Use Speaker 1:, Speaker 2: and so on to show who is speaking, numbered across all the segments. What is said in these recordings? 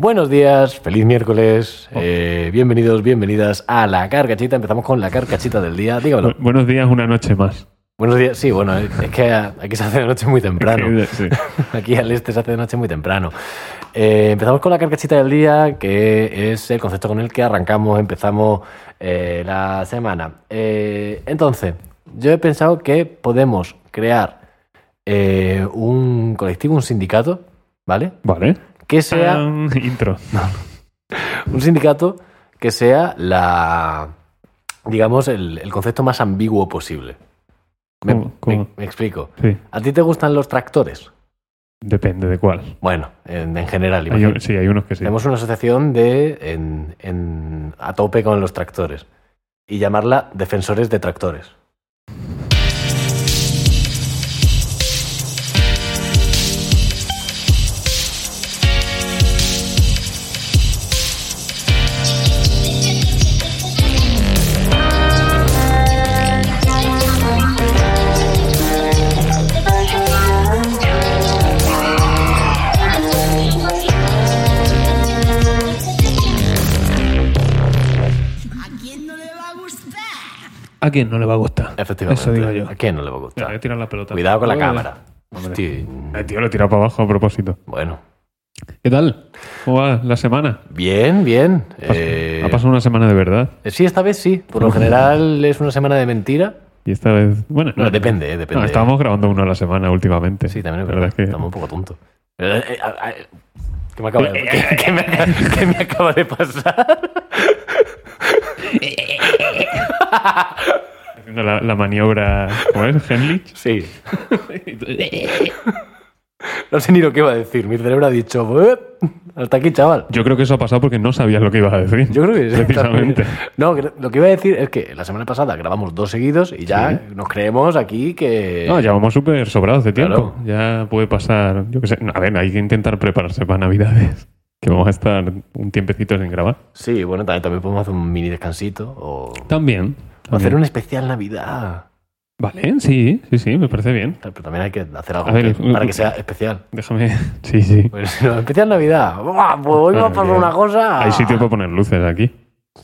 Speaker 1: Buenos días, feliz miércoles, eh, bienvenidos, bienvenidas a la carcachita. Empezamos con la carcachita del día. Dígamelo.
Speaker 2: Bu- Buenos días, una noche más.
Speaker 1: Buenos días. Sí, bueno, es es que aquí se hace de noche muy temprano.
Speaker 2: Sí.
Speaker 1: Aquí al este se hace de noche muy temprano. Eh, empezamos con la carcachita del día, que es el concepto con el que arrancamos, empezamos eh, la semana. Eh, entonces, yo he pensado que podemos crear eh, un colectivo, un sindicato, ¿vale?
Speaker 2: Vale.
Speaker 1: Que sea...
Speaker 2: Tan, intro.
Speaker 1: un sindicato que sea la digamos el, el concepto más ambiguo posible. Me,
Speaker 2: ¿Cómo? ¿Cómo?
Speaker 1: me- me explico.
Speaker 2: Sí,
Speaker 1: ¿A ti te gustan los tractores?
Speaker 2: depende de cuál.
Speaker 1: Bueno, en, en general.
Speaker 2: Hay
Speaker 1: imagino.
Speaker 2: un- sí, hay unos que sí.
Speaker 1: Tenemos una asociación de en, en- a tope con los tractores y llamarla Defensores de Tractores.
Speaker 3: ¿A quién no le va a gustar?
Speaker 2: ¿A quién no le va a gustar?
Speaker 1: Efectivamente.
Speaker 2: Eso digo yo. Eh,
Speaker 1: ¿A quién no le va a
Speaker 2: Mira, voy
Speaker 1: gustar?
Speaker 2: a tirar la pelota.
Speaker 1: Cuidado con la
Speaker 2: Hombre.
Speaker 1: cámara.
Speaker 2: Hombre.
Speaker 1: Hosti,
Speaker 2: Eh, tío, lo he tirado para abajo a propósito.
Speaker 1: bueno.
Speaker 2: ¿Qué tal? ¿Cómo va la semana?
Speaker 1: Bien, bien.
Speaker 2: Pas-
Speaker 1: Eh,
Speaker 2: Ha pasado una semana de verdad.
Speaker 1: sí, esta vez sí. Por lo general es una semana de mentira.
Speaker 2: Y esta vez. Bueno,
Speaker 1: No, depende, eh, depende.
Speaker 2: No, estábamos grabando uno a la semana últimamente.
Speaker 1: Sí, también es
Speaker 2: La
Speaker 1: verdad.
Speaker 2: verdad.
Speaker 1: Estamos un poco tontos. Eh, eh, eh, eh, ¿Qué me acaba de, qué- qué me, qué me acaba de pasar?
Speaker 2: es que haciendo la, la maniobra. ¿Cómo es? Heimlich.
Speaker 1: Sí. No sé ni lo que iba a decir. Mi cerebro ha dicho, "Eh, hasta aquí, chaval.
Speaker 2: Yo creo que eso ha pasado porque no sabías lo que ibas a decir.
Speaker 1: Yo creo que sí.
Speaker 2: Precisamente.
Speaker 1: No, que lo que iba a decir es que la semana pasada grabamos dos seguidos y ya nos creemos aquí que.
Speaker 2: No, ya vamos súper sobrados de
Speaker 1: Eh, Claro.
Speaker 2: tiempo. Ya puede pasar, yo qué sé. A ver, hay que intentar prepararse para Navidades. Que vamos a estar un tiempecito sin grabar.
Speaker 1: Sí, bueno, también, también podemos hacer un mini descansito o,
Speaker 2: También.
Speaker 1: o hacer
Speaker 2: también.
Speaker 1: un especial Navidad.
Speaker 2: Vale, sí, sí, sí, me parece bien.
Speaker 1: Pero también hay que hacer algo
Speaker 2: A ver,
Speaker 1: que- para que sea especial.
Speaker 2: Déjame. Sí, sí.
Speaker 1: Bueno, si nos empieza en Pues, Navidad. ¡buah! Pues hoy me va a pasar una cosa.
Speaker 2: Hay sitio para poner luces aquí.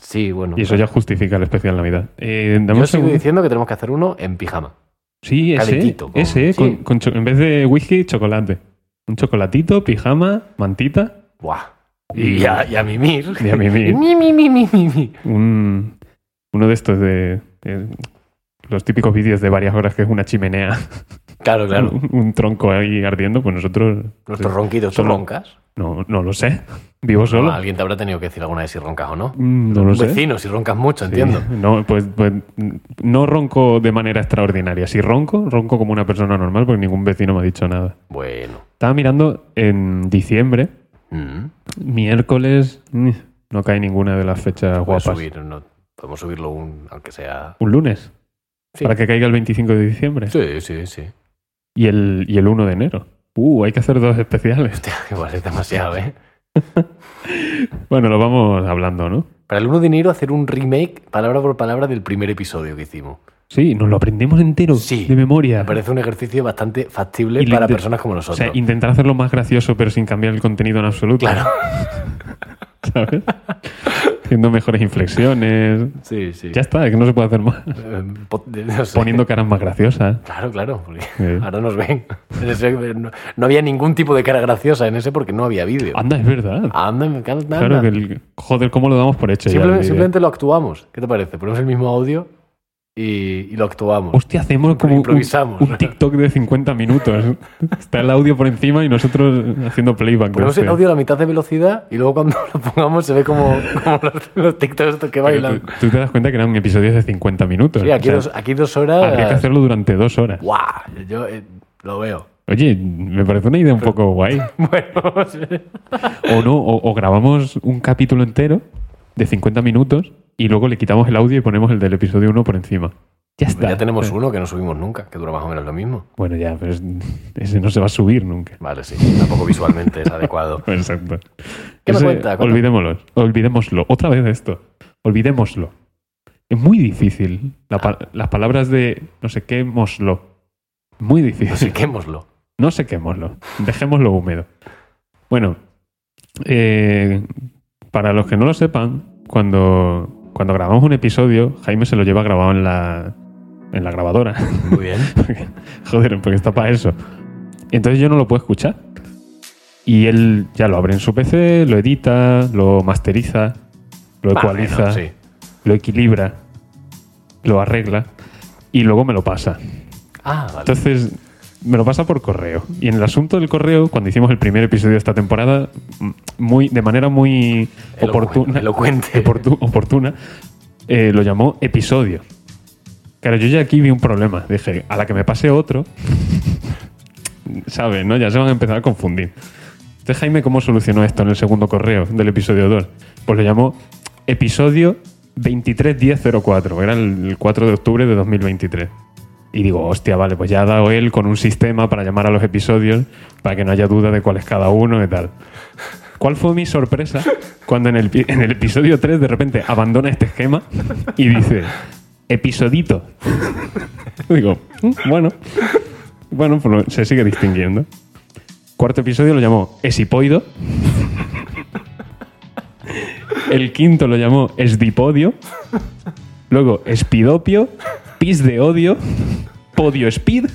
Speaker 1: Sí, bueno.
Speaker 2: Y eso ya justifica el especial Navidad. Eh, dame
Speaker 1: Yo
Speaker 2: un
Speaker 1: sigo
Speaker 2: segundo.
Speaker 1: diciendo que tenemos que hacer uno en pijama.
Speaker 2: Sí, ese.
Speaker 1: calentito, con-
Speaker 2: ese,
Speaker 1: sí.
Speaker 2: con, con cho- en vez de whisky, chocolate. Un chocolatito, pijama, mantita.
Speaker 1: ¡Buah! Y a, y a mimir.
Speaker 2: Y a mimir.
Speaker 1: Mi, mi, mi, mi, mi, mi.
Speaker 2: un, uno de estos de, de los típicos vídeos de varias horas que es una chimenea,
Speaker 1: Claro, claro.
Speaker 2: un, un tronco ahí ardiendo, pues nosotros...
Speaker 1: Nuestros ronquidos. ¿Tú
Speaker 2: Solo-
Speaker 1: roncas?
Speaker 2: No, no lo sé. ¿Vivo solo?
Speaker 1: Ah, Alguien te habrá tenido que decir alguna vez si roncas o no.
Speaker 2: Mm, No lo
Speaker 1: Un
Speaker 2: sé.
Speaker 1: vecino, si roncas mucho,
Speaker 2: Sí.
Speaker 1: entiendo.
Speaker 2: No, pues, pues, mm, no ronco de manera extraordinaria. Si ronco, ronco como una persona normal porque ningún vecino me ha dicho nada.
Speaker 1: Bueno.
Speaker 2: Estaba mirando en diciembre,
Speaker 1: Mm.
Speaker 2: miércoles, mm, no cae ninguna de las fechas
Speaker 1: Podemos,
Speaker 2: guapas.
Speaker 1: subir, no- podemos subirlo un, aunque sea.
Speaker 2: Un lunes,
Speaker 1: Sí.
Speaker 2: para que caiga el 25 de diciembre.
Speaker 1: Sí, sí, sí.
Speaker 2: Y el, y el 1 de enero. Uh, hay que hacer dos especiales.
Speaker 1: Hostia, igual es demasiado, ¿eh?
Speaker 2: Bueno, lo vamos hablando, ¿no?
Speaker 1: Para el 1 de enero hacer un remake, palabra por palabra, del primer episodio que hicimos.
Speaker 2: Sí, nos lo aprendemos entero
Speaker 1: Sí.
Speaker 2: de memoria.
Speaker 1: Me parece un ejercicio bastante factible
Speaker 2: Y lo
Speaker 1: para
Speaker 2: inte-
Speaker 1: personas como
Speaker 2: O
Speaker 1: nosotros.
Speaker 2: sea, intentar hacerlo más gracioso, pero sin cambiar el contenido en absoluto.
Speaker 1: Claro.
Speaker 2: ¿Sabes? Haciendo mejores inflexiones.
Speaker 1: Sí, sí.
Speaker 2: Ya está, es que no se puede hacer más.
Speaker 1: Eh, po- no sé.
Speaker 2: Poniendo caras más graciosas. Eh,
Speaker 1: Claro, claro. porque
Speaker 2: Sí.
Speaker 1: Ahora nos ven. En ese- No, no había ningún tipo de cara graciosa en ese porque no había vídeo.
Speaker 2: Anda, es verdad.
Speaker 1: Anda, me encanta. anda.
Speaker 2: Ah, Claro que el- Joder, ¿cómo lo damos por hecho? ya Eh,
Speaker 1: Simple-
Speaker 2: el vídeo?
Speaker 1: simplemente lo actuamos. ¿Qué te parece? Ponemos el mismo audio y, y lo actuamos.
Speaker 2: Hostia, hacemos como un-
Speaker 1: Improvisamos.
Speaker 2: Un, TikTok de 50 minutos. Está el audio por encima y nosotros haciendo playback. de
Speaker 1: Ponemos el
Speaker 2: este.
Speaker 1: audio a la mitad de velocidad y luego cuando lo pongamos se ve como, como los, los TikToks estos que
Speaker 2: Pero
Speaker 1: bailan.
Speaker 2: Tú, tú te das cuenta que eran episodios de 50 minutos.
Speaker 1: Sí, aquí,
Speaker 2: O
Speaker 1: dos,
Speaker 2: sea,
Speaker 1: aquí dos
Speaker 2: Habría que
Speaker 1: horas.
Speaker 2: hacerlo durante dos horas.
Speaker 1: ¡Guau! Yo eh, lo veo.
Speaker 2: Oye, me parece una idea un poco guay.
Speaker 1: Bueno, sí.
Speaker 2: O no, o, o grabamos un capítulo entero de 50 minutos y luego le quitamos el audio y ponemos el del episodio 1 por encima. Ya está.
Speaker 1: ya tenemos uno que no subimos nunca, que dura más o menos lo mismo.
Speaker 2: Bueno, ya, pero es- ese no se va a subir nunca.
Speaker 1: Vale, sí. Tampoco visualmente es adecuado.
Speaker 2: Exacto.
Speaker 1: ¿Qué me
Speaker 2: Ese-
Speaker 1: cuenta? Cuéntame.
Speaker 2: Olvidémoslo. Olvidémoslo. Otra vez esto. Olvidémoslo. Es muy difícil. La pa- Las palabras de no sé qué, moslo. Muy
Speaker 1: Pues
Speaker 2: difícil.
Speaker 1: Así quémoslo.
Speaker 2: No sequémoslo, dejémoslo húmedo. Bueno, Eh, para los que no lo sepan, cuando, cuando grabamos un episodio, Jaime se lo lleva grabado en la, en la grabadora.
Speaker 1: Muy bien.
Speaker 2: Porque- joder, porque está para eso. Entonces yo no lo puedo escuchar. Y él ya lo abre en su PC, lo edita, lo masteriza, lo
Speaker 1: Más o
Speaker 2: ecualiza,
Speaker 1: menos, sí.
Speaker 2: lo equilibra, lo arregla y luego me lo pasa.
Speaker 1: Ah, vale.
Speaker 2: Entonces, me lo pasa por correo. Y en el asunto del correo, cuando hicimos el primer episodio de esta temporada, m- muy, de manera muy
Speaker 1: Elocu-
Speaker 2: oportuna,
Speaker 1: elocuente.
Speaker 2: oportu- oportuna eh, lo llamó episodio. Claro, yo ya aquí vi un problema. Dije, a la que me pase otro, ¿sabes? ¿no? Ya se van a empezar a confundir. Entonces, Jaime, ¿cómo solucionó esto en el segundo correo del episodio 2? Pues lo llamó episodio 231004, era el 4 de octubre de 2023. Y digo, hostia, vale, pues ya ha dado él con un sistema para llamar a los episodios, para que no haya duda de cuál es cada uno y tal. ¿Cuál fue mi sorpresa cuando en el, pi- en el episodio 3 de repente abandona este esquema y dice, episodito? digo, "Mm, bueno, bueno, pues lo- se sigue distinguiendo. Cuarto episodio lo llamó Esipoido. El quinto lo llamó Esdipodio. Luego Espidopio, Pis de Odio, Podio Speed.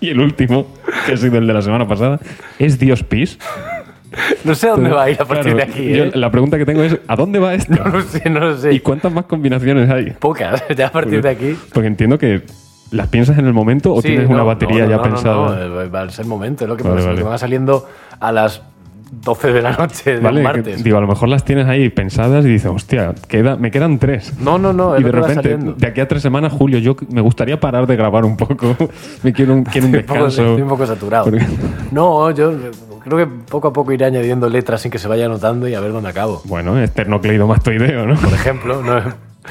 Speaker 2: Y el último, que ha sido el de la semana pasada, es Dios Pis.
Speaker 1: No sé a dónde va a ir a partir de
Speaker 2: Claro,
Speaker 1: aquí.
Speaker 2: yo
Speaker 1: ¿eh?
Speaker 2: la pregunta que tengo es, ¿a dónde va esto?
Speaker 1: No lo sé, no lo sé.
Speaker 2: ¿Y cuántas más combinaciones hay?
Speaker 1: Pocas, ya a partir de aquí.
Speaker 2: Porque entiendo que las piensas en el momento o
Speaker 1: Sí,
Speaker 2: tienes
Speaker 1: no,
Speaker 2: una
Speaker 1: no,
Speaker 2: batería
Speaker 1: no,
Speaker 2: ya
Speaker 1: no, no,
Speaker 2: pensada.
Speaker 1: No, eh, va a ser momento, es lo que
Speaker 2: Vale,
Speaker 1: pasa,
Speaker 2: vale.
Speaker 1: que van saliendo a las 12 de la noche de
Speaker 2: Vale, que-
Speaker 1: martes.
Speaker 2: digo, a lo mejor las tienes ahí pensadas y dices, hostia, queda, me quedan tres.
Speaker 1: no, no, no, es
Speaker 2: y
Speaker 1: lo
Speaker 2: de
Speaker 1: que va
Speaker 2: repente,
Speaker 1: saliendo.
Speaker 2: de aquí a tres semanas, Julio, yo me gustaría parar de grabar un poco. me quiero un, quiero un
Speaker 1: Estoy un poco-
Speaker 2: descanso.
Speaker 1: estoy un poco saturado.
Speaker 2: Porque-
Speaker 1: No, yo creo que poco a poco iré añadiendo letras sin que se vaya anotando y a ver dónde acabo.
Speaker 2: Bueno, esternocleidomastoideo, ¿no?
Speaker 1: Por ejemplo, no,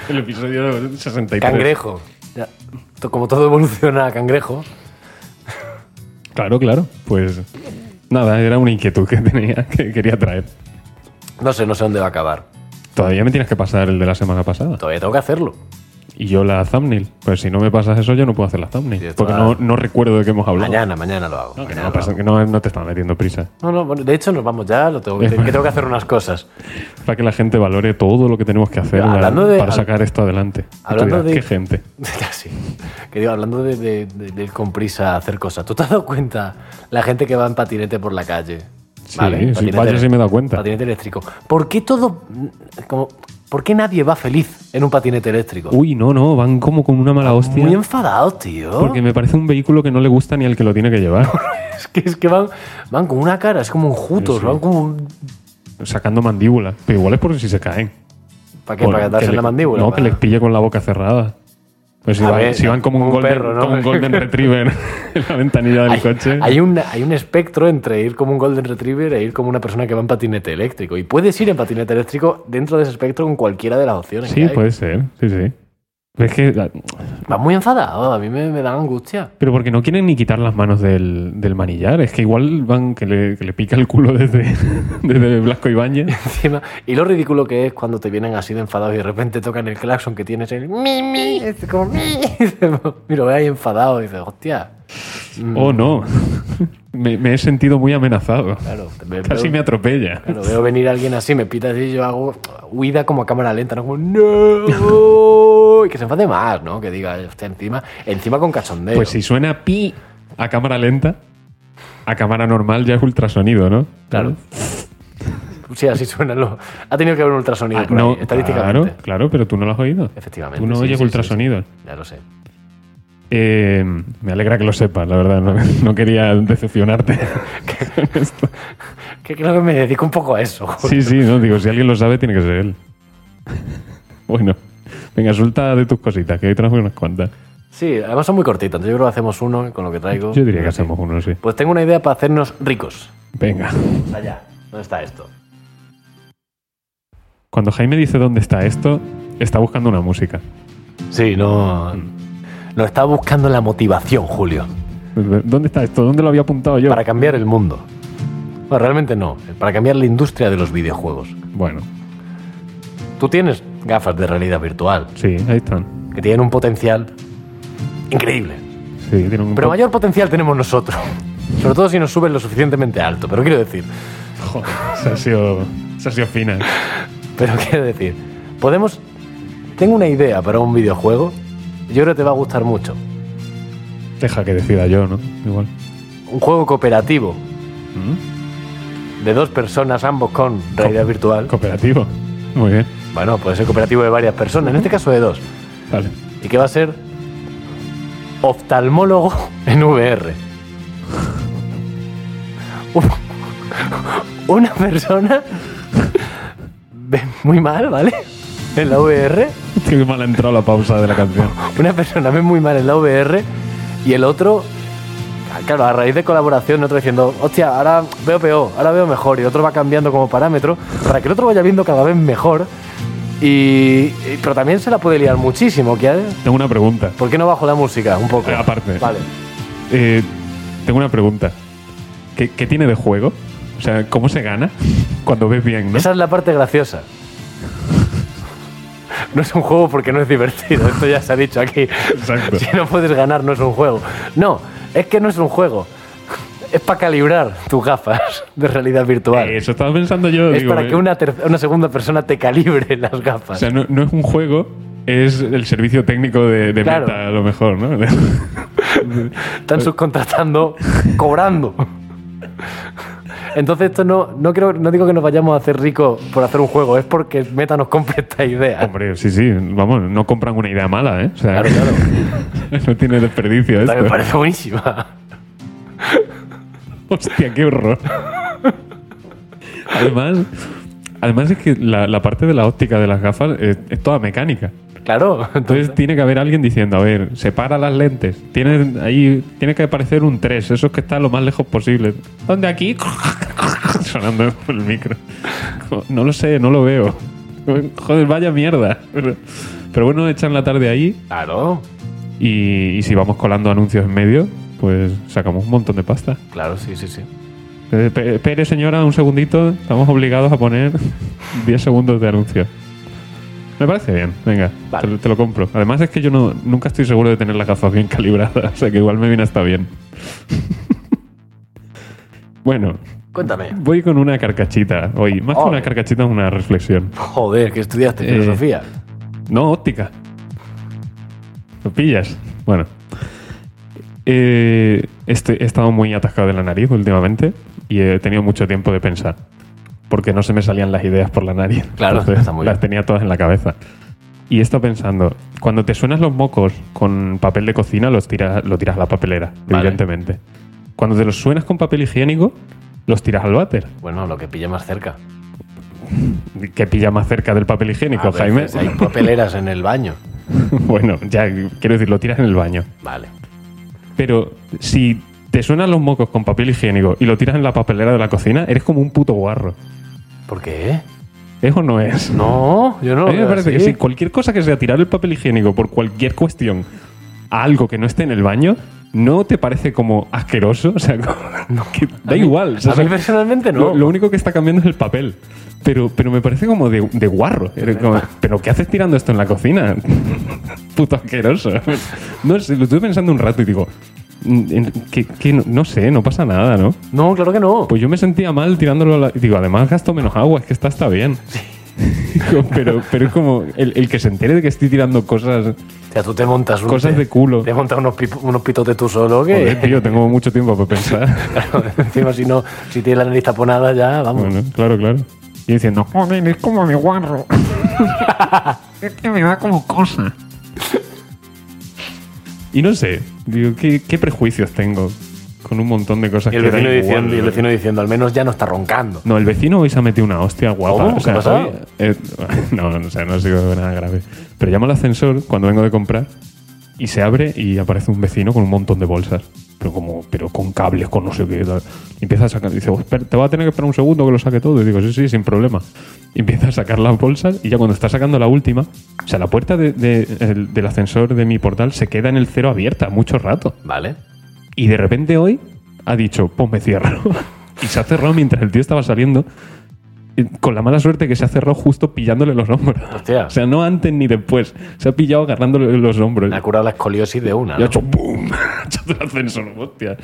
Speaker 2: El episodio 63.
Speaker 1: cangrejo. pues, Ya, to- como todo evoluciona a cangrejo,
Speaker 2: Claro, claro. Pues nada, era una inquietud que tenía, que quería traer.
Speaker 1: no sé, no sé dónde va a acabar.
Speaker 2: Todavía me tienes que pasar el de la semana pasada.
Speaker 1: Todavía tengo que hacerlo.
Speaker 2: Y yo la thumbnail. Pues si no me pasas eso, yo no puedo hacer la thumbnail.
Speaker 1: Sí, esto
Speaker 2: porque
Speaker 1: va-
Speaker 2: no, no recuerdo de qué hemos hablado.
Speaker 1: Mañana, mañana lo hago.
Speaker 2: No, que
Speaker 1: mañana
Speaker 2: no,
Speaker 1: lo
Speaker 2: pasa-
Speaker 1: hago.
Speaker 2: que no- no te estás metiendo prisa.
Speaker 1: No, no, bueno, de hecho nos vamos ya, lo tengo que, que tengo que hacer unas cosas.
Speaker 2: Para que la gente valore todo lo que tenemos que hacer
Speaker 1: Pero
Speaker 2: la-
Speaker 1: hablando de-
Speaker 2: para
Speaker 1: al-
Speaker 2: sacar esto adelante. Y tú
Speaker 1: hablando
Speaker 2: dirás,
Speaker 1: de-
Speaker 2: ¿Qué gente?
Speaker 1: Ya, sí. Que digo, hablando de, de- de- de ir con prisa a hacer cosas, ¿tú te has dado cuenta la gente que va en patinete por la calle?
Speaker 2: Sí, sí, vaya si me he dado cuenta.
Speaker 1: Patinete eléctrico. ¿Por qué todo. Como, ¿Por qué nadie va feliz en un patinete eléctrico?
Speaker 2: Uy, no, no, van como con una mala hostia.
Speaker 1: Ah, Muy enfadados, tío.
Speaker 2: Porque me parece un vehículo que no le gusta ni al que lo tiene que llevar.
Speaker 1: Es que, es que van, van con una cara, es como enjutos,
Speaker 2: Sí, sí.
Speaker 1: van como. un-
Speaker 2: sacando mandíbula. Pero igual es por si se caen.
Speaker 1: ¿Para qué?
Speaker 2: Bueno,
Speaker 1: ¿Para catarse
Speaker 2: que
Speaker 1: en
Speaker 2: le-
Speaker 1: la mandíbula?
Speaker 2: No,
Speaker 1: Para-
Speaker 2: que les pille con la boca cerrada. Pues si,
Speaker 1: A
Speaker 2: van,
Speaker 1: ver,
Speaker 2: si van como un,
Speaker 1: como un
Speaker 2: golden,
Speaker 1: perro, ¿no?
Speaker 2: como un golden retriever en la ventanilla del
Speaker 1: Hay,
Speaker 2: coche.
Speaker 1: hay un, hay un espectro entre ir como un Golden Retriever e ir como una persona que va en patinete eléctrico. Y puedes ir en patinete eléctrico dentro de ese espectro con cualquiera de las opciones. que
Speaker 2: Sí, pues.
Speaker 1: hay.
Speaker 2: puede ser. Sí, sí. Pero es que.
Speaker 1: Va muy enfadado, a mí me, me da angustia.
Speaker 2: Pero porque no quieren ni quitar las manos del, del manillar. Es que igual van que le, que le pica el culo desde, desde Blasco Ibáñez.
Speaker 1: Encima, y lo ridículo que es cuando te vienen así de enfadados y de repente tocan el claxon que tienes el mi, mi, es como mi. Y dices, Mira, voy ahí enfadado y dices, hostia. Mm,
Speaker 2: Oh, no. Me, me he sentido muy amenazado.
Speaker 1: Claro, me-
Speaker 2: Casi
Speaker 1: veo-
Speaker 2: me atropella.
Speaker 1: claro, veo venir alguien así, me pita así y yo hago huida como a cámara lenta, ¿no? Como, no. Y que se enfade más, ¿no? Que diga, hostia, encima, encima con cachondeo.
Speaker 2: Pues si suena pi a cámara lenta, a cámara normal ya es ultrasonido, ¿no? Eh,
Speaker 1: Claro. Sí, así suena. lo- Ha tenido que haber un ultrasonido
Speaker 2: Ah,
Speaker 1: por
Speaker 2: no,
Speaker 1: ahí, estadísticamente.
Speaker 2: Claro, claro, pero tú no lo has oído.
Speaker 1: Efectivamente.
Speaker 2: Tú no
Speaker 1: sí,
Speaker 2: oyes
Speaker 1: sí, sí,
Speaker 2: ultrasonido.
Speaker 1: sí. Ya lo sé.
Speaker 2: Eh, me alegra que lo sepas, la verdad. No, no quería decepcionarte.
Speaker 1: Que creo que me dedico un poco a eso. joder.
Speaker 2: sí, sí, no, digo, si alguien lo sabe, tiene que ser él. Bueno, venga, suelta de tus cositas, que hoy traemos unas cuantas.
Speaker 1: Sí, además son muy cortitas. Entonces yo creo que hacemos uno con lo que traigo.
Speaker 2: Yo diría que
Speaker 1: Sí.
Speaker 2: hacemos uno, sí.
Speaker 1: Pues tengo una idea para hacernos ricos.
Speaker 2: Venga.
Speaker 1: Allá. ¿Dónde está esto?
Speaker 2: Cuando Jaime dice dónde está esto, está buscando una música.
Speaker 1: Sí, no. Mm. Nos está buscando la motivación, Julio,
Speaker 2: ¿Dónde está esto? ¿Dónde lo había apuntado yo?
Speaker 1: para cambiar el mundo. Bueno, realmente no. eh, Para cambiar la industria de los videojuegos.
Speaker 2: Bueno,
Speaker 1: Tú tienes gafas de realidad virtual
Speaker 2: sí, ahí están.
Speaker 1: que tienen un potencial increíble.
Speaker 2: Sí, tienen un
Speaker 1: Pero
Speaker 2: po-
Speaker 1: mayor potencial tenemos nosotros. Sobre todo si nos suben lo suficientemente alto, pero quiero decir,
Speaker 2: Joder, se ha sido, se ha sido fina.
Speaker 1: pero quiero decir, podemos... Tengo una idea para un videojuego, yo creo que te va a gustar mucho.
Speaker 2: Deja que decida yo, ¿no? Igual.
Speaker 1: Un juego cooperativo de dos personas, ambos ¿Mm? con realidad
Speaker 2: Co-
Speaker 1: virtual.
Speaker 2: Cooperativo. Muy bien.
Speaker 1: Bueno, puede ser cooperativo de varias personas, en este caso de dos.
Speaker 2: Vale.
Speaker 1: ¿Y qué va a ser? Oftalmólogo en VR. Un- Una persona ve muy mal, ¿vale? En la VR.
Speaker 2: Qué mal ha entrado la pausa de la canción.
Speaker 1: Una persona ve muy mal en la VR y el otro, claro, a raíz de colaboración, otro diciendo, hostia, ahora veo peor, ahora veo mejor, y otro va cambiando como parámetro para que el otro vaya viendo cada vez mejor. Y, y- pero también se la puede liar muchísimo, ¿quieres?
Speaker 2: Tengo una pregunta.
Speaker 1: ¿Por qué no bajo la música un poco?
Speaker 2: Eh, aparte.
Speaker 1: Vale.
Speaker 2: Eh, tengo una pregunta. ¿Qué, qué tiene de juego? O sea, ¿cómo se gana? Cuando ves bien, ¿no?
Speaker 1: Esa es la parte graciosa. No es un juego porque no es divertido, esto ya se ha dicho aquí.
Speaker 2: Exacto.
Speaker 1: Si no puedes ganar, no es un juego. No, es que no es un juego. Es para calibrar tus gafas de realidad virtual.
Speaker 2: Eh, Eso estaba pensando yo.
Speaker 1: es
Speaker 2: digo,
Speaker 1: para
Speaker 2: eh,
Speaker 1: que una, ter- una segunda persona te calibre las
Speaker 2: O
Speaker 1: gafas.
Speaker 2: sea, no, no es un juego, es el servicio técnico de, de
Speaker 1: Claro.
Speaker 2: Meta, a lo mejor, ¿no?
Speaker 1: Están subcontratando, cobrando. Entonces esto no, no, creo, no digo que nos vayamos a hacer ricos por hacer un juego, es porque Meta nos compre esta idea.
Speaker 2: Hombre, sí, sí, vamos, no compran una idea mala, ¿eh? O sea,
Speaker 1: Claro, claro.
Speaker 2: no tiene desperdicio
Speaker 1: Esta me
Speaker 2: esto.
Speaker 1: parece buenísima.
Speaker 2: Hostia, qué horror. además, además es que la, la parte de la óptica de las gafas es, es toda mecánica.
Speaker 1: Claro.
Speaker 2: Entonces tiene que haber alguien diciendo, a ver, separa las lentes. Tiene, ahí, tiene que aparecer un 3, eso es que está lo más lejos posible. ¿Dónde aquí? Sonando por el micro. Como, No lo sé, no lo veo. Joder, vaya mierda. Pero, pero bueno, echan la tarde ahí
Speaker 1: Claro,
Speaker 2: y, y si vamos colando anuncios en medio, pues sacamos un montón de pasta.
Speaker 1: claro, sí, sí, sí.
Speaker 2: Eh, pe- Espere, señora, un segundito. Estamos obligados a poner 10 segundos de anuncio. Me parece bien, venga,
Speaker 1: Vale.
Speaker 2: te, lo- te lo compro. Además es que yo no, nunca estoy seguro de tener las gafas bien calibradas, o sea que igual me viene hasta bien. bueno,
Speaker 1: Cuéntame.
Speaker 2: voy con una carcachita hoy. Más que
Speaker 1: Ole.
Speaker 2: una carcachita, una reflexión.
Speaker 1: Joder, que estudiaste
Speaker 2: Eh,
Speaker 1: filosofía.
Speaker 2: No, óptica. ¿Lo pillas? Bueno. Eh, este- he estado muy atascado de la nariz últimamente y he tenido mucho tiempo de pensar. Porque no se me salían las ideas por la nariz.
Speaker 1: Claro,
Speaker 2: Entonces,
Speaker 1: está muy
Speaker 2: las
Speaker 1: bien.
Speaker 2: tenía todas en la cabeza. Y he estado pensando, cuando te suenas los mocos con papel de cocina, los tiras, lo tiras a la papelera,
Speaker 1: Vale.
Speaker 2: evidentemente. Cuando te los suenas con papel higiénico, los tiras al váter.
Speaker 1: Bueno, lo que pille más cerca.
Speaker 2: ¿Qué pilla más cerca del papel higiénico,
Speaker 1: A
Speaker 2: Jaime?
Speaker 1: veces Hay papeleras en el baño.
Speaker 2: bueno, ya quiero decir, lo tiras en el baño.
Speaker 1: Vale.
Speaker 2: Pero si te suenan los mocos con papel higiénico y lo tiras en la papelera de la cocina, eres como un puto guarro.
Speaker 1: ¿Por qué?
Speaker 2: ¿Es o no es?
Speaker 1: No, yo no lo
Speaker 2: A mí me
Speaker 1: veo
Speaker 2: parece que
Speaker 1: así.
Speaker 2: sí. Cualquier cosa que sea tirar el papel higiénico por cualquier cuestión a algo que no esté en el baño, ¿no te parece como asqueroso? O sea, como- que da
Speaker 1: mí-
Speaker 2: igual. o sea,
Speaker 1: a mí personalmente no.
Speaker 2: Lo, lo único que está cambiando es el papel. Pero, pero me parece como de, de guarro. Era como, ¿Pero qué haces tirando esto en la cocina? Puto asqueroso. No sé, lo estuve pensando un rato y digo, mm, en- que, que no, no sé, no pasa nada, ¿no?
Speaker 1: No, claro que no.
Speaker 2: Pues yo me sentía mal tirándolo a la- y digo, además gasto menos agua, es que esta está bien. Digo, pero, pero es como el, el que se entere de que estoy tirando cosas.
Speaker 1: O sea, tú te montas un-
Speaker 2: Cosas
Speaker 1: te-
Speaker 2: de culo.
Speaker 1: Te montas unos, pip- unos pitotes tú solo que.
Speaker 2: Joder, tío, tengo mucho tiempo para pensar.
Speaker 1: Claro, encima si no, si tienes la nariz taponada ya, vamos.
Speaker 2: Bueno, claro, claro. Y diciendo, joder, es como mi guarro. es que me da como cosa. Y no sé, digo, ¿qué, qué prejuicios tengo con un montón de cosas
Speaker 1: y el
Speaker 2: que da
Speaker 1: vecino
Speaker 2: igual,
Speaker 1: diciendo, y el
Speaker 2: ¿no?
Speaker 1: vecino diciendo, al menos ya no está roncando.
Speaker 2: No, el vecino hoy se ha metido una hostia guapa.
Speaker 1: ¿Cómo? ¿Qué ha pasado?
Speaker 2: hoy, eh, no, no, o sea, no ha sido nada grave. Pero llamo al ascensor cuando vengo de comprar y se abre y aparece un vecino con un montón de bolsas. Pero como, pero con cables, con no sé qué. tal. Y empieza a sacar. Dice, "Oh, espera, te voy a tener que esperar un segundo que lo saque todo. Y digo, sí, sí, sin problema. Y empieza a sacar las bolsas y ya cuando está sacando la última, o sea, la puerta de- de- el- del ascensor de mi portal se queda en el cero abierta mucho rato.
Speaker 1: Vale.
Speaker 2: Y de repente hoy ha dicho, pues me cierro. y se ha cerrado mientras el tío estaba saliendo. eh, Con la mala suerte que se ha cerrado justo pillándole los hombros.
Speaker 1: Hostia.
Speaker 2: O sea, no antes ni después. Se ha pillado agarrándole los hombros.
Speaker 1: Me ha curado la escoliosis de una.
Speaker 2: Y ha
Speaker 1: ¿no?
Speaker 2: hecho ¡pum! ha hecho el ascensor, hostia.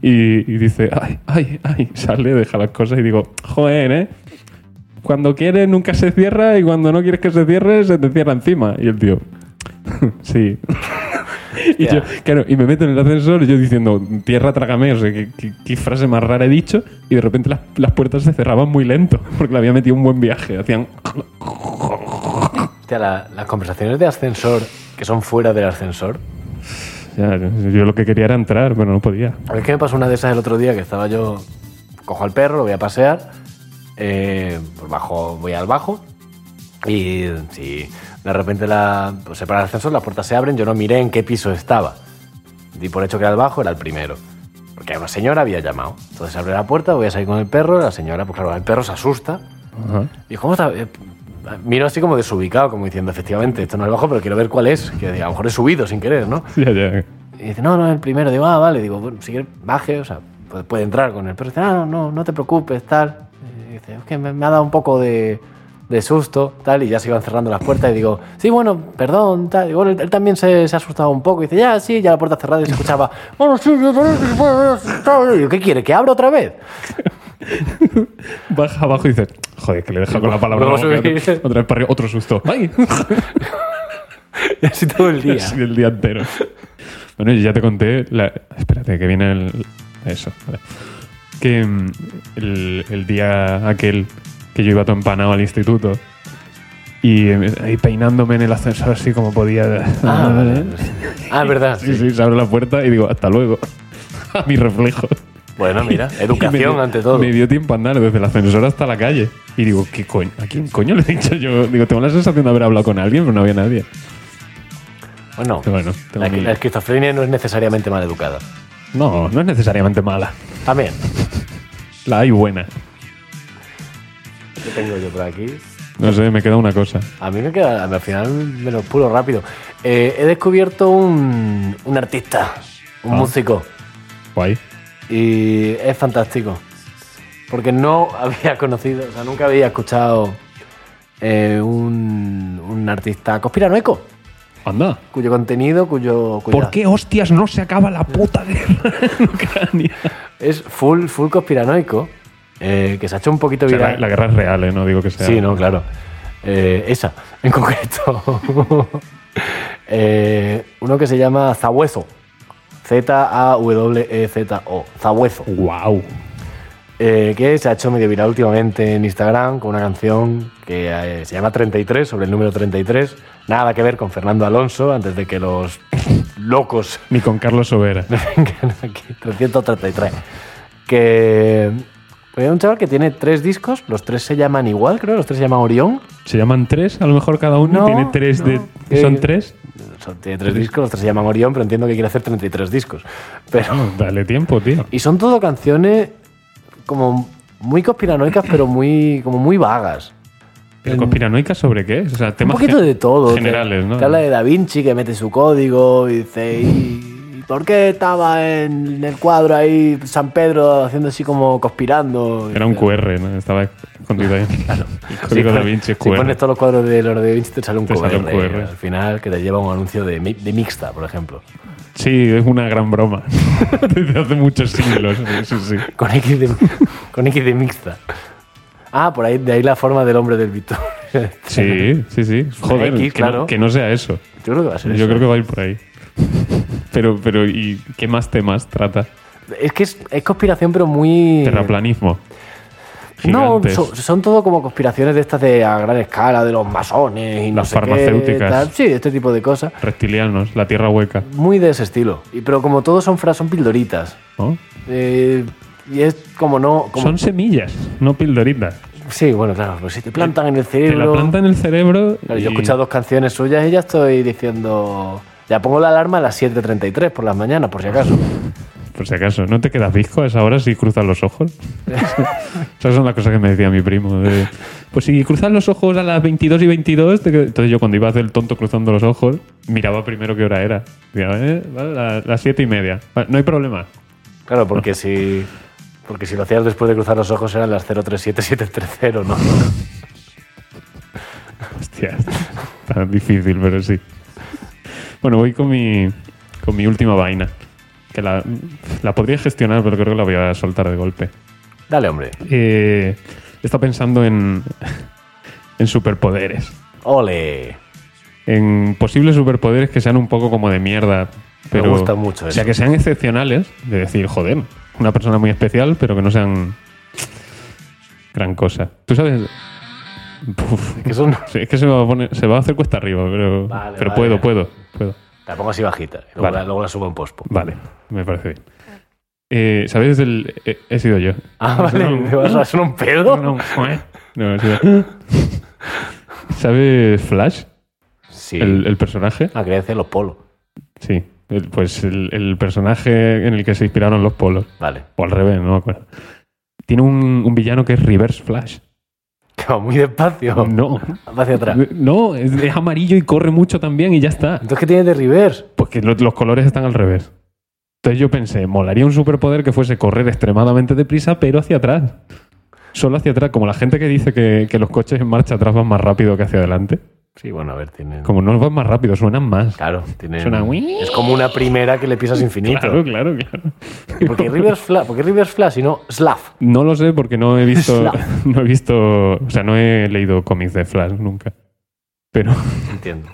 Speaker 2: y, y dice, ay, ay, ay, sale, deja las cosas y digo, joder, ¿eh? Cuando quieres nunca se cierra y cuando no quieres que se cierre se te cierra encima. Y el tío, sí. y
Speaker 1: Hostia.
Speaker 2: yo, claro, y me meto en el ascensor y yo diciendo, tierra trágame, o sea, ¿qué, qué- qué frase más rara he dicho. Y de repente las, las puertas se cerraban muy lento porque le había metido un buen viaje. Hacían...
Speaker 1: Hostia, la- las conversaciones de ascensor que son fuera del ascensor.
Speaker 2: Ya, yo yo lo que quería era entrar, pero no podía.
Speaker 1: A ver, que me pasó una de esas el otro día que estaba yo. Cojo al perro, lo voy a pasear. eh, pues bajo, voy al bajo. Y si de repente la, pues se para el ascensor, las puertas se abren, yo no miré en qué piso estaba. Di por hecho que era el bajo, era el primero. Porque una señora había llamado. Entonces abre la puerta, voy a salir con el perro. La señora, pues claro, el perro se asusta.
Speaker 2: Ajá.
Speaker 1: Y dijo, ¿cómo está? Eh, Miro así como desubicado, como diciendo, efectivamente, esto no es el bajo, pero quiero ver cuál es. Que a lo mejor he subido sin querer, ¿no?
Speaker 2: Ya, ya.
Speaker 1: Y dice, no, no, es el primero. Digo, ah, vale. Digo, bueno, si quieres, baje, o sea, puede, puede entrar con él. Pero dice, ah, no, no, no te preocupes, tal. Y dice, es que me, me ha dado un poco de, de susto, tal. Y ya se iban cerrando las puertas. Y digo, sí, bueno, perdón, tal. Y bueno, él, él también se, se ha asustado un poco. Y dice, ya, sí, ya la puerta cerrada. Y se escuchaba, bueno, sí, yo también se puede haber asustado". Y yo, ¿qué quiere? ¿Que abra otra vez?
Speaker 2: Baja abajo y dices, joder, que le deja con la palabra.
Speaker 1: Luego
Speaker 2: en la boca.
Speaker 1: subí.
Speaker 2: Otra vez para arriba, otro susto. ¡Ay!
Speaker 1: Y así todo el día.
Speaker 2: Así el día entero. Bueno, yo ya te conté. la- Espérate, que viene el. Eso, vale. Que mm, el, el día aquel que yo iba todo empanado al instituto y eh, ahí peinándome en el ascensor así como podía.
Speaker 1: Ah, vale. Ah, es verdad.
Speaker 2: Sí, sí, se abre la puerta y digo, hasta luego. A mi reflejo.
Speaker 1: Bueno, mira,
Speaker 2: Y me
Speaker 1: educación
Speaker 2: dio-
Speaker 1: ante todo.
Speaker 2: Me dio tiempo a andar desde el ascensor hasta la calle. Y digo, ¿qué coño? ¿A quién coño le he dicho yo? Digo, tengo la sensación de haber hablado con alguien, pero no había nadie.
Speaker 1: Bueno,
Speaker 2: Pero bueno, tengo
Speaker 1: la,
Speaker 2: mi-
Speaker 1: la esquizofrenia no es necesariamente mal educada.
Speaker 2: No, no es necesariamente mala.
Speaker 1: También.
Speaker 2: La hay buena.
Speaker 1: ¿Qué tengo yo por aquí?
Speaker 2: No sé, me queda una cosa.
Speaker 1: A mí me queda, al final me lo puro rápido. Eh, he descubierto un, un artista, un
Speaker 2: Ah.
Speaker 1: músico,
Speaker 2: Guay.
Speaker 1: y es fantástico. Porque no había conocido, o sea, nunca había escuchado eh, un, un artista conspiranoico,
Speaker 2: Anda.
Speaker 1: cuyo contenido, cuyo. cuya-
Speaker 2: ¿Por qué hostias no se acaba la puta guerra en Ucrania?
Speaker 1: Es full, full conspiranoico, eh, que se ha hecho un poquito
Speaker 2: O sea,
Speaker 1: viral.
Speaker 2: la, la guerra es real, ¿eh? No digo que sea.
Speaker 1: Sí, no, claro. Eh, esa, en concreto. Eh, uno que se llama Zabuezo. E Z-A-W-E-Z-O. Zabuezo.
Speaker 2: Wow.
Speaker 1: Eh, que se ha hecho medio viral últimamente en Instagram con una canción que eh, se llama 33, sobre el número 33. Nada que ver con Fernando Alonso, antes de que los locos
Speaker 2: Ni con Carlos Sobera.
Speaker 1: vengan aquí. 333. Que. Pues hay un chaval que tiene tres discos, los tres se llaman igual, creo, los tres se llaman Orión.
Speaker 2: ¿Se llaman tres? A lo mejor cada uno
Speaker 1: No,
Speaker 2: tiene tres
Speaker 1: no.
Speaker 2: de. ¿Son
Speaker 1: Eh,
Speaker 2: tres?
Speaker 1: Son- tiene tres discos, los tres se llaman Orión, pero entiendo que quiere hacer 33 discos. Pero,
Speaker 2: No, dale tiempo, tío.
Speaker 1: y son todo canciones como muy conspiranoicas, pero muy, como muy vagas.
Speaker 2: ¿Pero conspiranoica sobre qué? O sea,
Speaker 1: Un
Speaker 2: temas
Speaker 1: poquito
Speaker 2: gen-
Speaker 1: de todo. te-
Speaker 2: generales, ¿no?
Speaker 1: Te habla de Da Vinci que mete su código y dice, ¿y por qué estaba en el cuadro ahí San Pedro haciendo así como conspirando?
Speaker 2: Era un QR, ¿no? Estaba escondido ahí. Claro. El código da Vinci es
Speaker 1: pues, Si
Speaker 2: QR.
Speaker 1: pones todos los cuadros de Leonardo da Vinci te sale un
Speaker 2: Te
Speaker 1: QR.
Speaker 2: sale un QR.
Speaker 1: Al final que te lleva un anuncio de, mi- de mixta, por ejemplo.
Speaker 2: Sí, es una gran broma. Desde hace muchos siglos. Sí, sí.
Speaker 1: Con X de, con X de mixta. Ah, por ahí, de ahí la forma del hombre del Víctor.
Speaker 2: Sí, sí, sí. Joder,
Speaker 1: X,
Speaker 2: que, no-
Speaker 1: claro.
Speaker 2: que no sea eso.
Speaker 1: Yo creo que va a ser
Speaker 2: Yo
Speaker 1: eso.
Speaker 2: creo que va a ir por ahí. Pero, pero, ¿y qué más temas trata?
Speaker 1: Es que es, es conspiración, pero muy.
Speaker 2: Terraplanismo.
Speaker 1: No,
Speaker 2: Gigantes.
Speaker 1: son, son todo como conspiraciones de estas de a gran escala, de los masones y no
Speaker 2: Las
Speaker 1: sé qué,
Speaker 2: farmacéuticas.
Speaker 1: tal. Sí, este tipo de cosas.
Speaker 2: Reptilianos, la tierra hueca.
Speaker 1: Muy de ese estilo. Y, pero como todos son frases, son pildoritas.
Speaker 2: ¿no?
Speaker 1: Eh, y es como no. Como,
Speaker 2: Son semillas, no pildoritas.
Speaker 1: Sí, bueno, claro, pues si te plantan en el
Speaker 2: Eh, Te
Speaker 1: cerebro.
Speaker 2: la plantan en el cerebro.
Speaker 1: Claro,
Speaker 2: y-
Speaker 1: yo he escuchado dos canciones suyas y ya estoy diciendo. Ya pongo la alarma a las 7.33 por las mañanas, por si acaso.
Speaker 2: Por si acaso, ¿no te quedas visco a esa hora si cruzas los ojos? Esas son las cosas que me decía mi primo. de, pues si cruzas los ojos a las 22 y 22, te qued- entonces yo cuando iba a hacer el tonto cruzando los ojos, miraba primero qué hora era. Digo, eh, vale, la- las 7 y media. Vale, no hay problema.
Speaker 1: Claro, porque si. Porque si lo hacías después de cruzar los ojos eran las 037730, ¿no?
Speaker 2: Hostia, está difícil, pero sí. Bueno, voy con mi, con mi última vaina. Que la, La podría gestionar, pero creo que la voy a soltar de golpe.
Speaker 1: Dale, hombre.
Speaker 2: Eh, está pensando en, en superpoderes.
Speaker 1: Ole.
Speaker 2: En posibles superpoderes que sean un poco como de mierda. Pero,
Speaker 1: gusta mucho
Speaker 2: O sea,
Speaker 1: eso.
Speaker 2: que sean excepcionales. De decir, joder, una persona muy especial, pero que no sean gran cosa. Tú sabes... Uf,
Speaker 1: Que son...
Speaker 2: sí, es que se va, a poner- se va a hacer cuesta arriba, pero,
Speaker 1: Vale,
Speaker 2: pero
Speaker 1: vale.
Speaker 2: puedo, puedo, puedo.
Speaker 1: La pongo así bajita. Luego,
Speaker 2: Vale.
Speaker 1: la, luego la subo en pospo.
Speaker 2: Vale, me parece bien. Eh, ¿Sabéis? El, eh, he sido yo.
Speaker 1: Ah, vale.
Speaker 2: No,
Speaker 1: ¿Me vas a hacer un pedo?
Speaker 2: no, no, he sido yo. ¿Sabes Flash?
Speaker 1: Sí.
Speaker 2: El, el personaje.
Speaker 1: Ah, quería decir los polos.
Speaker 2: Sí. El- pues el, el personaje en el que se inspiraron los polos.
Speaker 1: Vale.
Speaker 2: O Pues al revés, no me acuerdo. Tiene un, un villano que es Reverse Flash.
Speaker 1: Que va muy despacio.
Speaker 2: No.
Speaker 1: Va hacia
Speaker 2: Mm.
Speaker 1: atrás.
Speaker 2: No, es, es amarillo y corre mucho también y ya está.
Speaker 1: Entonces, ¿qué tiene de reverse?
Speaker 2: Porque lo- los colores están al revés. Entonces yo pensé, molaría un superpoder que fuese correr extremadamente deprisa, pero hacia atrás. Solo hacia atrás, como la gente que dice que, que los coches en marcha atrás van más rápido que hacia adelante.
Speaker 1: Sí, bueno, a ver, tiene.
Speaker 2: Como no van más rápido, suenan más.
Speaker 1: Claro, tiene.
Speaker 2: Suena "Wii".
Speaker 1: Es como una primera que le pisas infinito.
Speaker 2: Claro, claro, claro.
Speaker 1: ¿Y por qué reverse flash? ¿Por qué reverse flash y no slav?
Speaker 2: No lo sé porque no he visto,
Speaker 1: Slap.
Speaker 2: no he visto, o sea, no he leído cómics de Flash nunca. Pero,
Speaker 1: Entiendo.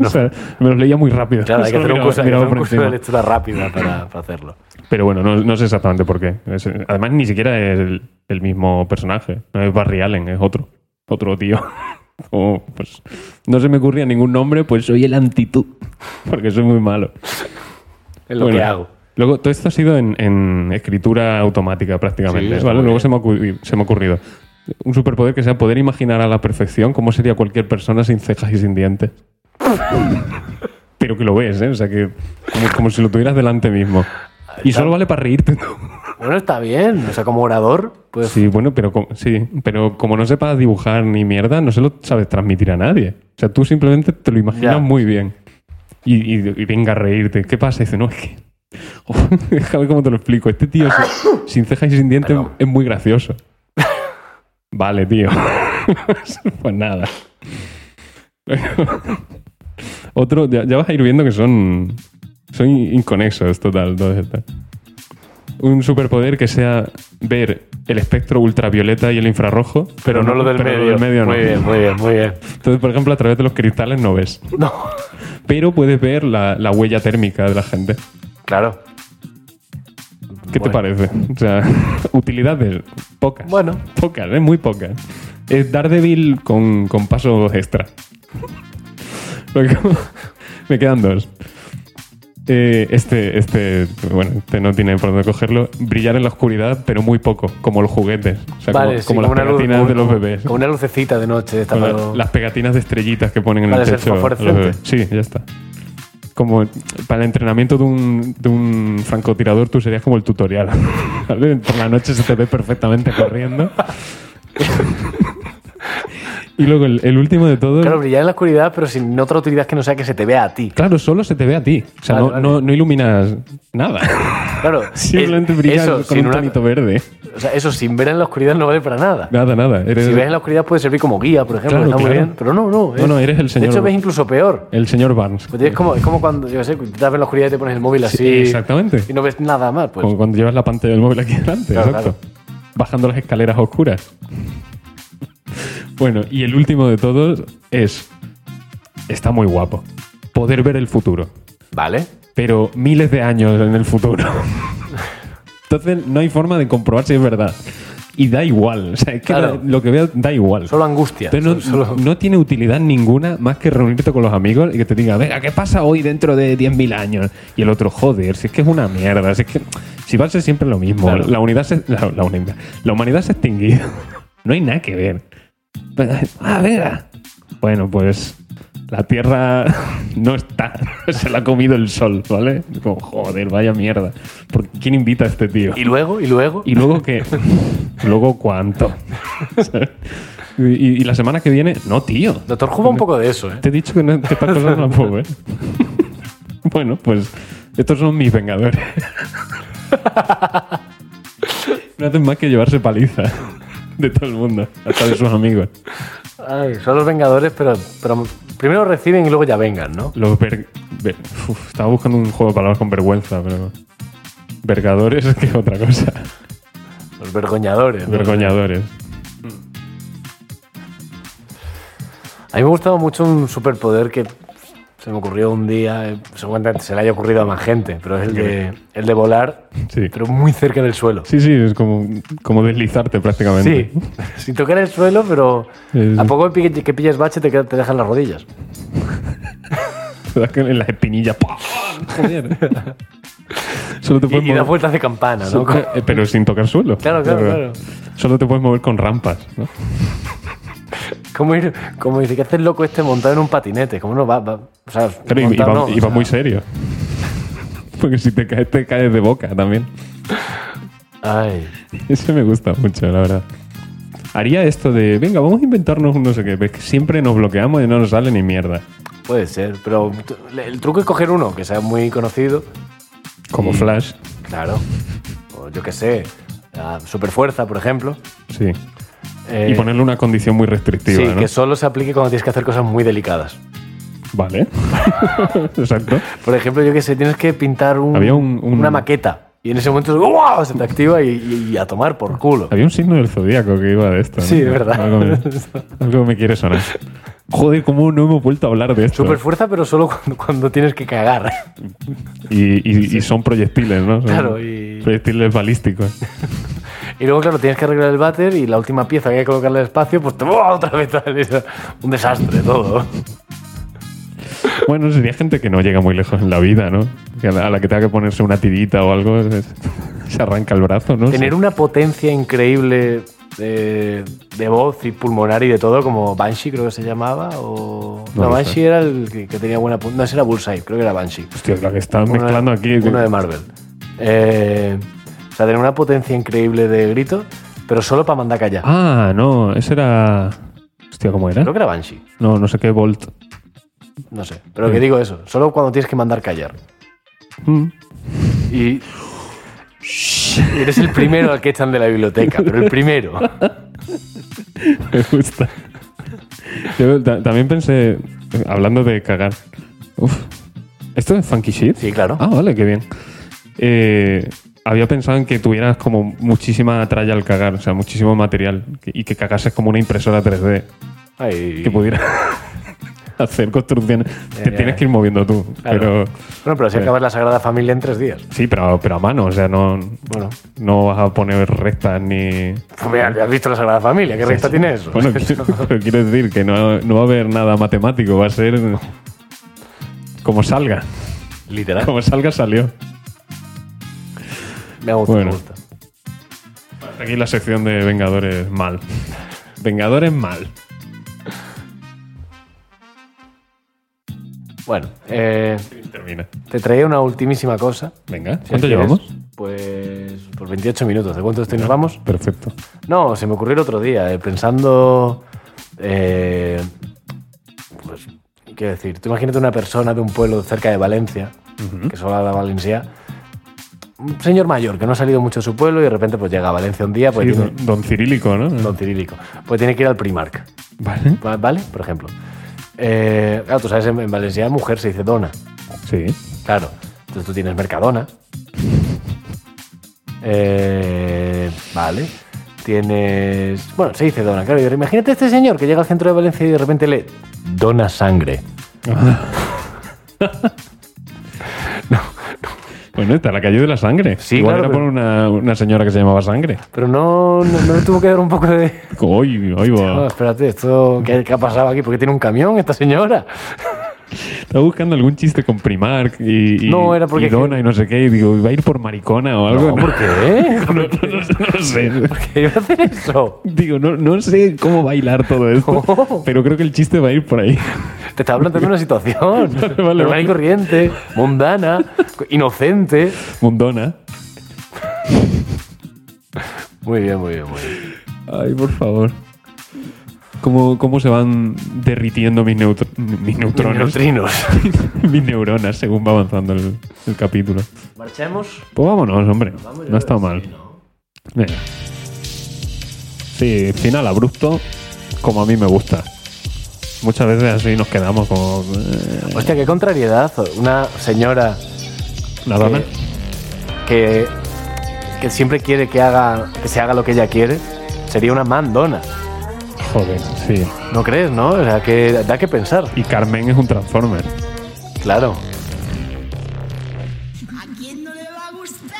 Speaker 2: o sea, me los leía muy rápido.
Speaker 1: Claro, hay que
Speaker 2: Solo
Speaker 1: hacer un
Speaker 2: miraba-
Speaker 1: curso, hay que
Speaker 2: miraba
Speaker 1: hacer un
Speaker 2: por
Speaker 1: curso
Speaker 2: encima.
Speaker 1: de lectura rápida para, para hacerlo.
Speaker 2: Pero bueno, no, no sé exactamente por qué. Es- además, ni siquiera es el, el mismo personaje. No es Barry Allen, es otro. Otro tío. O, pues, no se me ocurría ningún nombre, pues soy el antitud. Porque soy muy malo.
Speaker 1: Es lo
Speaker 2: Bueno,
Speaker 1: que hago.
Speaker 2: Luego, todo esto ha sido en, en escritura automática prácticamente.
Speaker 1: Sí,
Speaker 2: ¿vale?
Speaker 1: está
Speaker 2: Luego
Speaker 1: muy
Speaker 2: se me, ha ocurri- se me ha ocurrido un superpoder que sea poder imaginar a la perfección cómo sería cualquier persona sin cejas y sin dientes. Pero que lo ves, ¿eh? O sea, que como, como si lo tuvieras delante mismo. Y solo vale para reírte. ¿no?
Speaker 1: Bueno, está bien. O sea, como orador, pues
Speaker 2: Sí, bueno, pero como, sí, pero como no sepas dibujar ni mierda, no se lo sabes transmitir a nadie. O sea, tú simplemente te lo imaginas
Speaker 1: Ya.
Speaker 2: muy bien. Y, y- y venga a reírte. ¿Qué pasa? Y dice, no, es que. déjame cómo te lo explico. Este tío sin, sin cejas y sin dientes
Speaker 1: Perdón.
Speaker 2: es muy gracioso. vale, tío. pues nada. Otro, ya, ya vas a ir viendo que son. Son inconexos, total, todos estos un superpoder que sea ver el espectro ultravioleta y el infrarrojo, pero,
Speaker 1: pero no lo del
Speaker 2: pero
Speaker 1: medio.
Speaker 2: no.
Speaker 1: muy bien, muy bien, muy bien.
Speaker 2: Entonces, por ejemplo, a través de los cristales no ves,
Speaker 1: No,
Speaker 2: pero puedes ver la, la huella térmica de la gente.
Speaker 1: claro.
Speaker 2: ¿Qué te
Speaker 1: Bueno.
Speaker 2: parece? O sea, utilidades pocas.
Speaker 1: Bueno.
Speaker 2: Pocas, ¿eh? muy pocas. Es Daredevil con, con pasos extra. Porque me quedan dos. Eh, este, este, bueno, este no tiene por dónde cogerlo. Brillar en la oscuridad, pero muy poco, como los juguetes. O sea,
Speaker 1: vale,
Speaker 2: como,
Speaker 1: sí,
Speaker 2: como las
Speaker 1: una luz-
Speaker 2: pegatinas de los
Speaker 1: como-
Speaker 2: bebés.
Speaker 1: Como una lucecita de noche. Está
Speaker 2: Con la-
Speaker 1: para-
Speaker 2: las pegatinas de estrellitas que ponen en
Speaker 1: Vale,
Speaker 2: el
Speaker 1: es el
Speaker 2: techo. a los
Speaker 1: fosforescente.
Speaker 2: bebés. Sí, ya está. Como para el entrenamiento de un, de un francotirador, tú serías como el tutorial. ¿vale? Por la noche se te ve perfectamente corriendo. y luego el, el último de todos.
Speaker 1: Claro,
Speaker 2: Claro,
Speaker 1: brillar en la oscuridad, pero sin otra utilidad que no sea que se te vea a ti.
Speaker 2: solo se te ve a ti. O sea,
Speaker 1: Vale,
Speaker 2: no,
Speaker 1: vale.
Speaker 2: no- no iluminas nada.
Speaker 1: Claro.
Speaker 2: Simplemente
Speaker 1: es-
Speaker 2: brillas
Speaker 1: eso,
Speaker 2: con
Speaker 1: sin
Speaker 2: un
Speaker 1: una-
Speaker 2: tonito verde.
Speaker 1: O sea, eso sin ver en la oscuridad no vale para nada.
Speaker 2: Nada, nada. Eres
Speaker 1: Si ves en la oscuridad puede servir como guía, por ejemplo,
Speaker 2: Claro,
Speaker 1: está muy
Speaker 2: claro.
Speaker 1: bien. Pero no, no.
Speaker 2: No, no, eres el señor-
Speaker 1: De hecho, ves incluso peor.
Speaker 2: el señor Barnes.
Speaker 1: Pues es como, es como cuando, yo qué sé, estás en la oscuridad y te pones el móvil así.
Speaker 2: exactamente.
Speaker 1: Y no ves nada más, pues.
Speaker 2: Como cuando llevas la pantalla del móvil aquí delante,
Speaker 1: Claro,
Speaker 2: exacto. Bajando las escaleras oscuras. bueno, y el último de todos es. Está muy guapo. Poder ver el futuro.
Speaker 1: Vale.
Speaker 2: Pero miles de años en el futuro. Entonces no hay forma de comprobar si es verdad. Y da igual. O sea, es que
Speaker 1: Claro.
Speaker 2: da- lo que veo da igual.
Speaker 1: Solo angustia.
Speaker 2: Entonces no,
Speaker 1: Solo-
Speaker 2: no tiene utilidad ninguna más que reunirte con los amigos y que te diga, venga, ¿qué pasa hoy dentro de 10.000 años? Y el otro, joder, si es que es una mierda, si es que si va a ser siempre lo mismo.
Speaker 1: Claro.
Speaker 2: La, unidad se- la, la unidad- la humanidad se ha extinguido. no hay nada que ver. Ah, venga. Bueno, pues la Tierra no está. se la ha comido el sol, ¿vale? Como, joder, vaya mierda. ¿Por quién invita a este tío?
Speaker 1: Y luego, y luego.
Speaker 2: ¿Y luego qué? ¿Luego cuánto? y, y- y la semana que viene, no, tío.
Speaker 1: Doctor Who va un poco de eso, ¿eh?
Speaker 2: Te he dicho que no te está cosas la pobre. bueno, pues estos son mis vengadores. no hacen más que llevarse paliza de todo el mundo, hasta de sus amigos.
Speaker 1: Ay, son los Vengadores, pero, pero primero reciben y luego ya vengan, ¿no?
Speaker 2: Los ver... ver- Uf, estaba buscando un juego de palabras con vergüenza, pero... Vergadores que otra cosa.
Speaker 1: Los vergoñadores. ¿no?
Speaker 2: Vergoñadores.
Speaker 1: A mí me ha gustado mucho un superpoder que se me ocurrió un día, eh, seguramente se le haya ocurrido a más gente, pero es el de, el de volar,
Speaker 2: Sí.
Speaker 1: pero muy cerca del suelo.
Speaker 2: Sí, sí, es como, como deslizarte prácticamente.
Speaker 1: Sí, sin tocar el suelo, pero
Speaker 2: Sí, sí.
Speaker 1: a poco que pi- que pilles bache te, queda- te dejan las rodillas.
Speaker 2: Te das con- en las espinillas. ¡pua! Joder. Solo te
Speaker 1: Y,
Speaker 2: puedes
Speaker 1: y da
Speaker 2: mover-
Speaker 1: vueltas de campana, ¿no?
Speaker 2: Solo- eh, pero sin tocar suelo.
Speaker 1: Claro, claro,
Speaker 2: Pero
Speaker 1: claro.
Speaker 2: Solo te puedes mover con rampas. ¿no?
Speaker 1: Como ir, como dice, que hace el loco este montado en un patinete? Como no va, va- o sea,
Speaker 2: Pero y- y,
Speaker 1: montado
Speaker 2: va,
Speaker 1: no,
Speaker 2: y
Speaker 1: o
Speaker 2: va
Speaker 1: sea,
Speaker 2: muy serio. Porque si te caes, te caes de boca también.
Speaker 1: Ay,
Speaker 2: Eso me gusta mucho, la verdad. Haría esto de, venga, vamos a inventarnos un no sé qué. Ves que siempre nos bloqueamos y no nos sale ni mierda.
Speaker 1: puede ser, pero t- el truco es coger uno que sea muy conocido,
Speaker 2: Como
Speaker 1: Sí.
Speaker 2: Flash.
Speaker 1: claro. O yo qué sé, la superfuerza, por ejemplo.
Speaker 2: Sí.
Speaker 1: Eh,
Speaker 2: y ponerle una condición muy restrictiva,
Speaker 1: Sí,
Speaker 2: ¿no?
Speaker 1: que solo se aplique cuando tienes que hacer cosas muy delicadas.
Speaker 2: Vale. Exacto.
Speaker 1: Por ejemplo, yo qué sé, tienes que pintar un-
Speaker 2: Había un- un-
Speaker 1: una maqueta y en ese momento ¡guau! se te activa y, y- y a tomar por culo.
Speaker 2: Había un signo del zodíaco que iba de esto. ¿no?
Speaker 1: Sí, es verdad.
Speaker 2: Algo me, algo me quiere sonar. Joder, cómo no hemos vuelto a hablar de esto.
Speaker 1: Super fuerza, pero solo cuando, cuando tienes que cagar.
Speaker 2: Y, y- y son proyectiles, ¿no? Son
Speaker 1: Claro, y-
Speaker 2: Proyectiles balísticos.
Speaker 1: Y luego, claro, tienes que arreglar el váter y la última pieza que hay que colocarle al espacio, pues te ¡buah! otra vez. tal, y eso. Un desastre todo.
Speaker 2: Bueno, sería gente que no llega muy lejos en la vida, ¿no? Que a, la, a la que tenga que ponerse una tirita o algo, es- se arranca el brazo, ¿no?
Speaker 1: Tener una potencia increíble de, de voz y pulmonar y de todo, como Banshee creo que se llamaba. O...
Speaker 2: No
Speaker 1: No,
Speaker 2: lo sé.
Speaker 1: Banshee era el que, que tenía buena... pu- No, ese era Bullseye, creo que era Banshee.
Speaker 2: Hostia, la que están
Speaker 1: Uno de-
Speaker 2: mezclando aquí.
Speaker 1: Uno de Marvel. Eh, o sea, tener una potencia increíble de grito, pero solo para mandar callar.
Speaker 2: Ah, ¿eh? no, ese era. Hostia, ¿cómo era?
Speaker 1: Creo que era Banshee.
Speaker 2: No, no sé qué, Volt.
Speaker 1: No sé. Pero que digo eso. Solo cuando tienes que mandar callar.
Speaker 2: Mm.
Speaker 1: Y. y eres el primero al que echan de la biblioteca, pero el primero.
Speaker 2: Me gusta. Yo ta- también pensé, eh, hablando de cagar. Uf. ¿Esto es funky shit?
Speaker 1: Sí, claro.
Speaker 2: Ah, vale, qué bien. Eh, había pensado en que tuvieras como muchísima tralla al cagar, o sea, muchísimo material. que- Y que cagases como una impresora 3D.
Speaker 1: Ay.
Speaker 2: Que pudiera hacer construcciones. Te
Speaker 1: ya,
Speaker 2: tienes
Speaker 1: ya.
Speaker 2: que ir moviendo tú.
Speaker 1: Claro.
Speaker 2: Pero.
Speaker 1: Bueno, pero si acabas la Sagrada Familia en tres días.
Speaker 2: Sí, pero, pero a mano, o sea, no,
Speaker 1: Bueno.
Speaker 2: no vas a poner rectas ni.
Speaker 1: Pues mira, ¿Has visto la Sagrada Familia? ¿Qué recta tiene eso?
Speaker 2: Bueno, quiero, pero quiero decir que no, no va a haber nada matemático, va a ser como salga.
Speaker 1: Literal.
Speaker 2: Como salga, salió.
Speaker 1: Me gusta,
Speaker 2: Bueno.
Speaker 1: me gusta.
Speaker 2: Hasta Aquí la sección de Vengadores mal. Vengadores mal.
Speaker 1: Bueno, eh,
Speaker 2: Termina.
Speaker 1: te traía una ultimísima cosa.
Speaker 2: Venga,
Speaker 1: Si
Speaker 2: ¿cuánto
Speaker 1: quieres,
Speaker 2: llevamos?
Speaker 1: Pues por 28 minutos. ¿De cuántos nos vamos?
Speaker 2: Perfecto.
Speaker 1: No, se me ocurrió el otro día, eh, pensando. eh, pues, quiero decir, tú imagínate una persona de un pueblo cerca de Valencia, que solo habla Valencia, un señor mayor que no ha salido mucho de su pueblo y de repente pues llega a Valencia un día, pues
Speaker 2: Sí,
Speaker 1: tiene,
Speaker 2: don, don Cirílico, ¿no?
Speaker 1: don cirílico, pues tiene que ir al Primark,
Speaker 2: Vale.
Speaker 1: ¿va- ¿vale? Por ejemplo. Eh, claro, tú sabes, en, en Valencia mujer se dice dona,
Speaker 2: Sí.
Speaker 1: claro. Entonces tú tienes Mercadona. Eh, vale. Tienes. Bueno, se dice dona, claro. y Imagínate este señor que llega al centro de Valencia y de repente le. Dona sangre.
Speaker 2: Bueno, está la calle de la sangre.
Speaker 1: Sí,
Speaker 2: Igual
Speaker 1: claro,
Speaker 2: era
Speaker 1: pero-
Speaker 2: por una, una señora que se llamaba Sangre.
Speaker 1: Pero no, no, no le tuvo que dar un poco de.
Speaker 2: Hoy, hoy
Speaker 1: No,
Speaker 2: va.
Speaker 1: espérate, esto. ¿qué, qué ha pasado aquí? ¿Por qué tiene un camión esta señora?
Speaker 2: Estaba buscando algún chiste con Primark y, y-
Speaker 1: No, era porque-
Speaker 2: y Dona y no sé qué. Y digo, iba a ir por maricona o algo.
Speaker 1: No, ¿Por qué?
Speaker 2: No, no, no, no lo sé.
Speaker 1: ¿Qué iba a hacer eso?
Speaker 2: Digo, no, no sé cómo bailar todo esto, pero creo que el chiste va a ir por ahí.
Speaker 1: Te estaba planteando una situación.
Speaker 2: Vale, vale,
Speaker 1: normal
Speaker 2: vale.
Speaker 1: y corriente, mundana, inocente.
Speaker 2: Mundona.
Speaker 1: Muy bien, muy bien, muy bien.
Speaker 2: Ay, por favor. ¿Cómo, cómo se van derritiendo mis, neutro- mis neutrones?
Speaker 1: Neutrinos.
Speaker 2: mis neuronas según va avanzando el, el capítulo.
Speaker 1: Marchemos.
Speaker 2: Pues vámonos, hombre. no está mal. Venga. Sí, final abrupto, como a mí me gusta. Muchas veces así nos quedamos como... eh,
Speaker 1: Hostia, qué contrariedad. Una señora
Speaker 2: Una dona.
Speaker 1: que, que, que siempre quiere que, haga, que se haga lo que ella quiere, sería una mandona.
Speaker 2: Joder, sí.
Speaker 1: ¿No crees, no? O sea, que da que pensar.
Speaker 2: Y Carmen es un Transformer.
Speaker 1: Claro.
Speaker 3: ¿A quién no le va a gustar?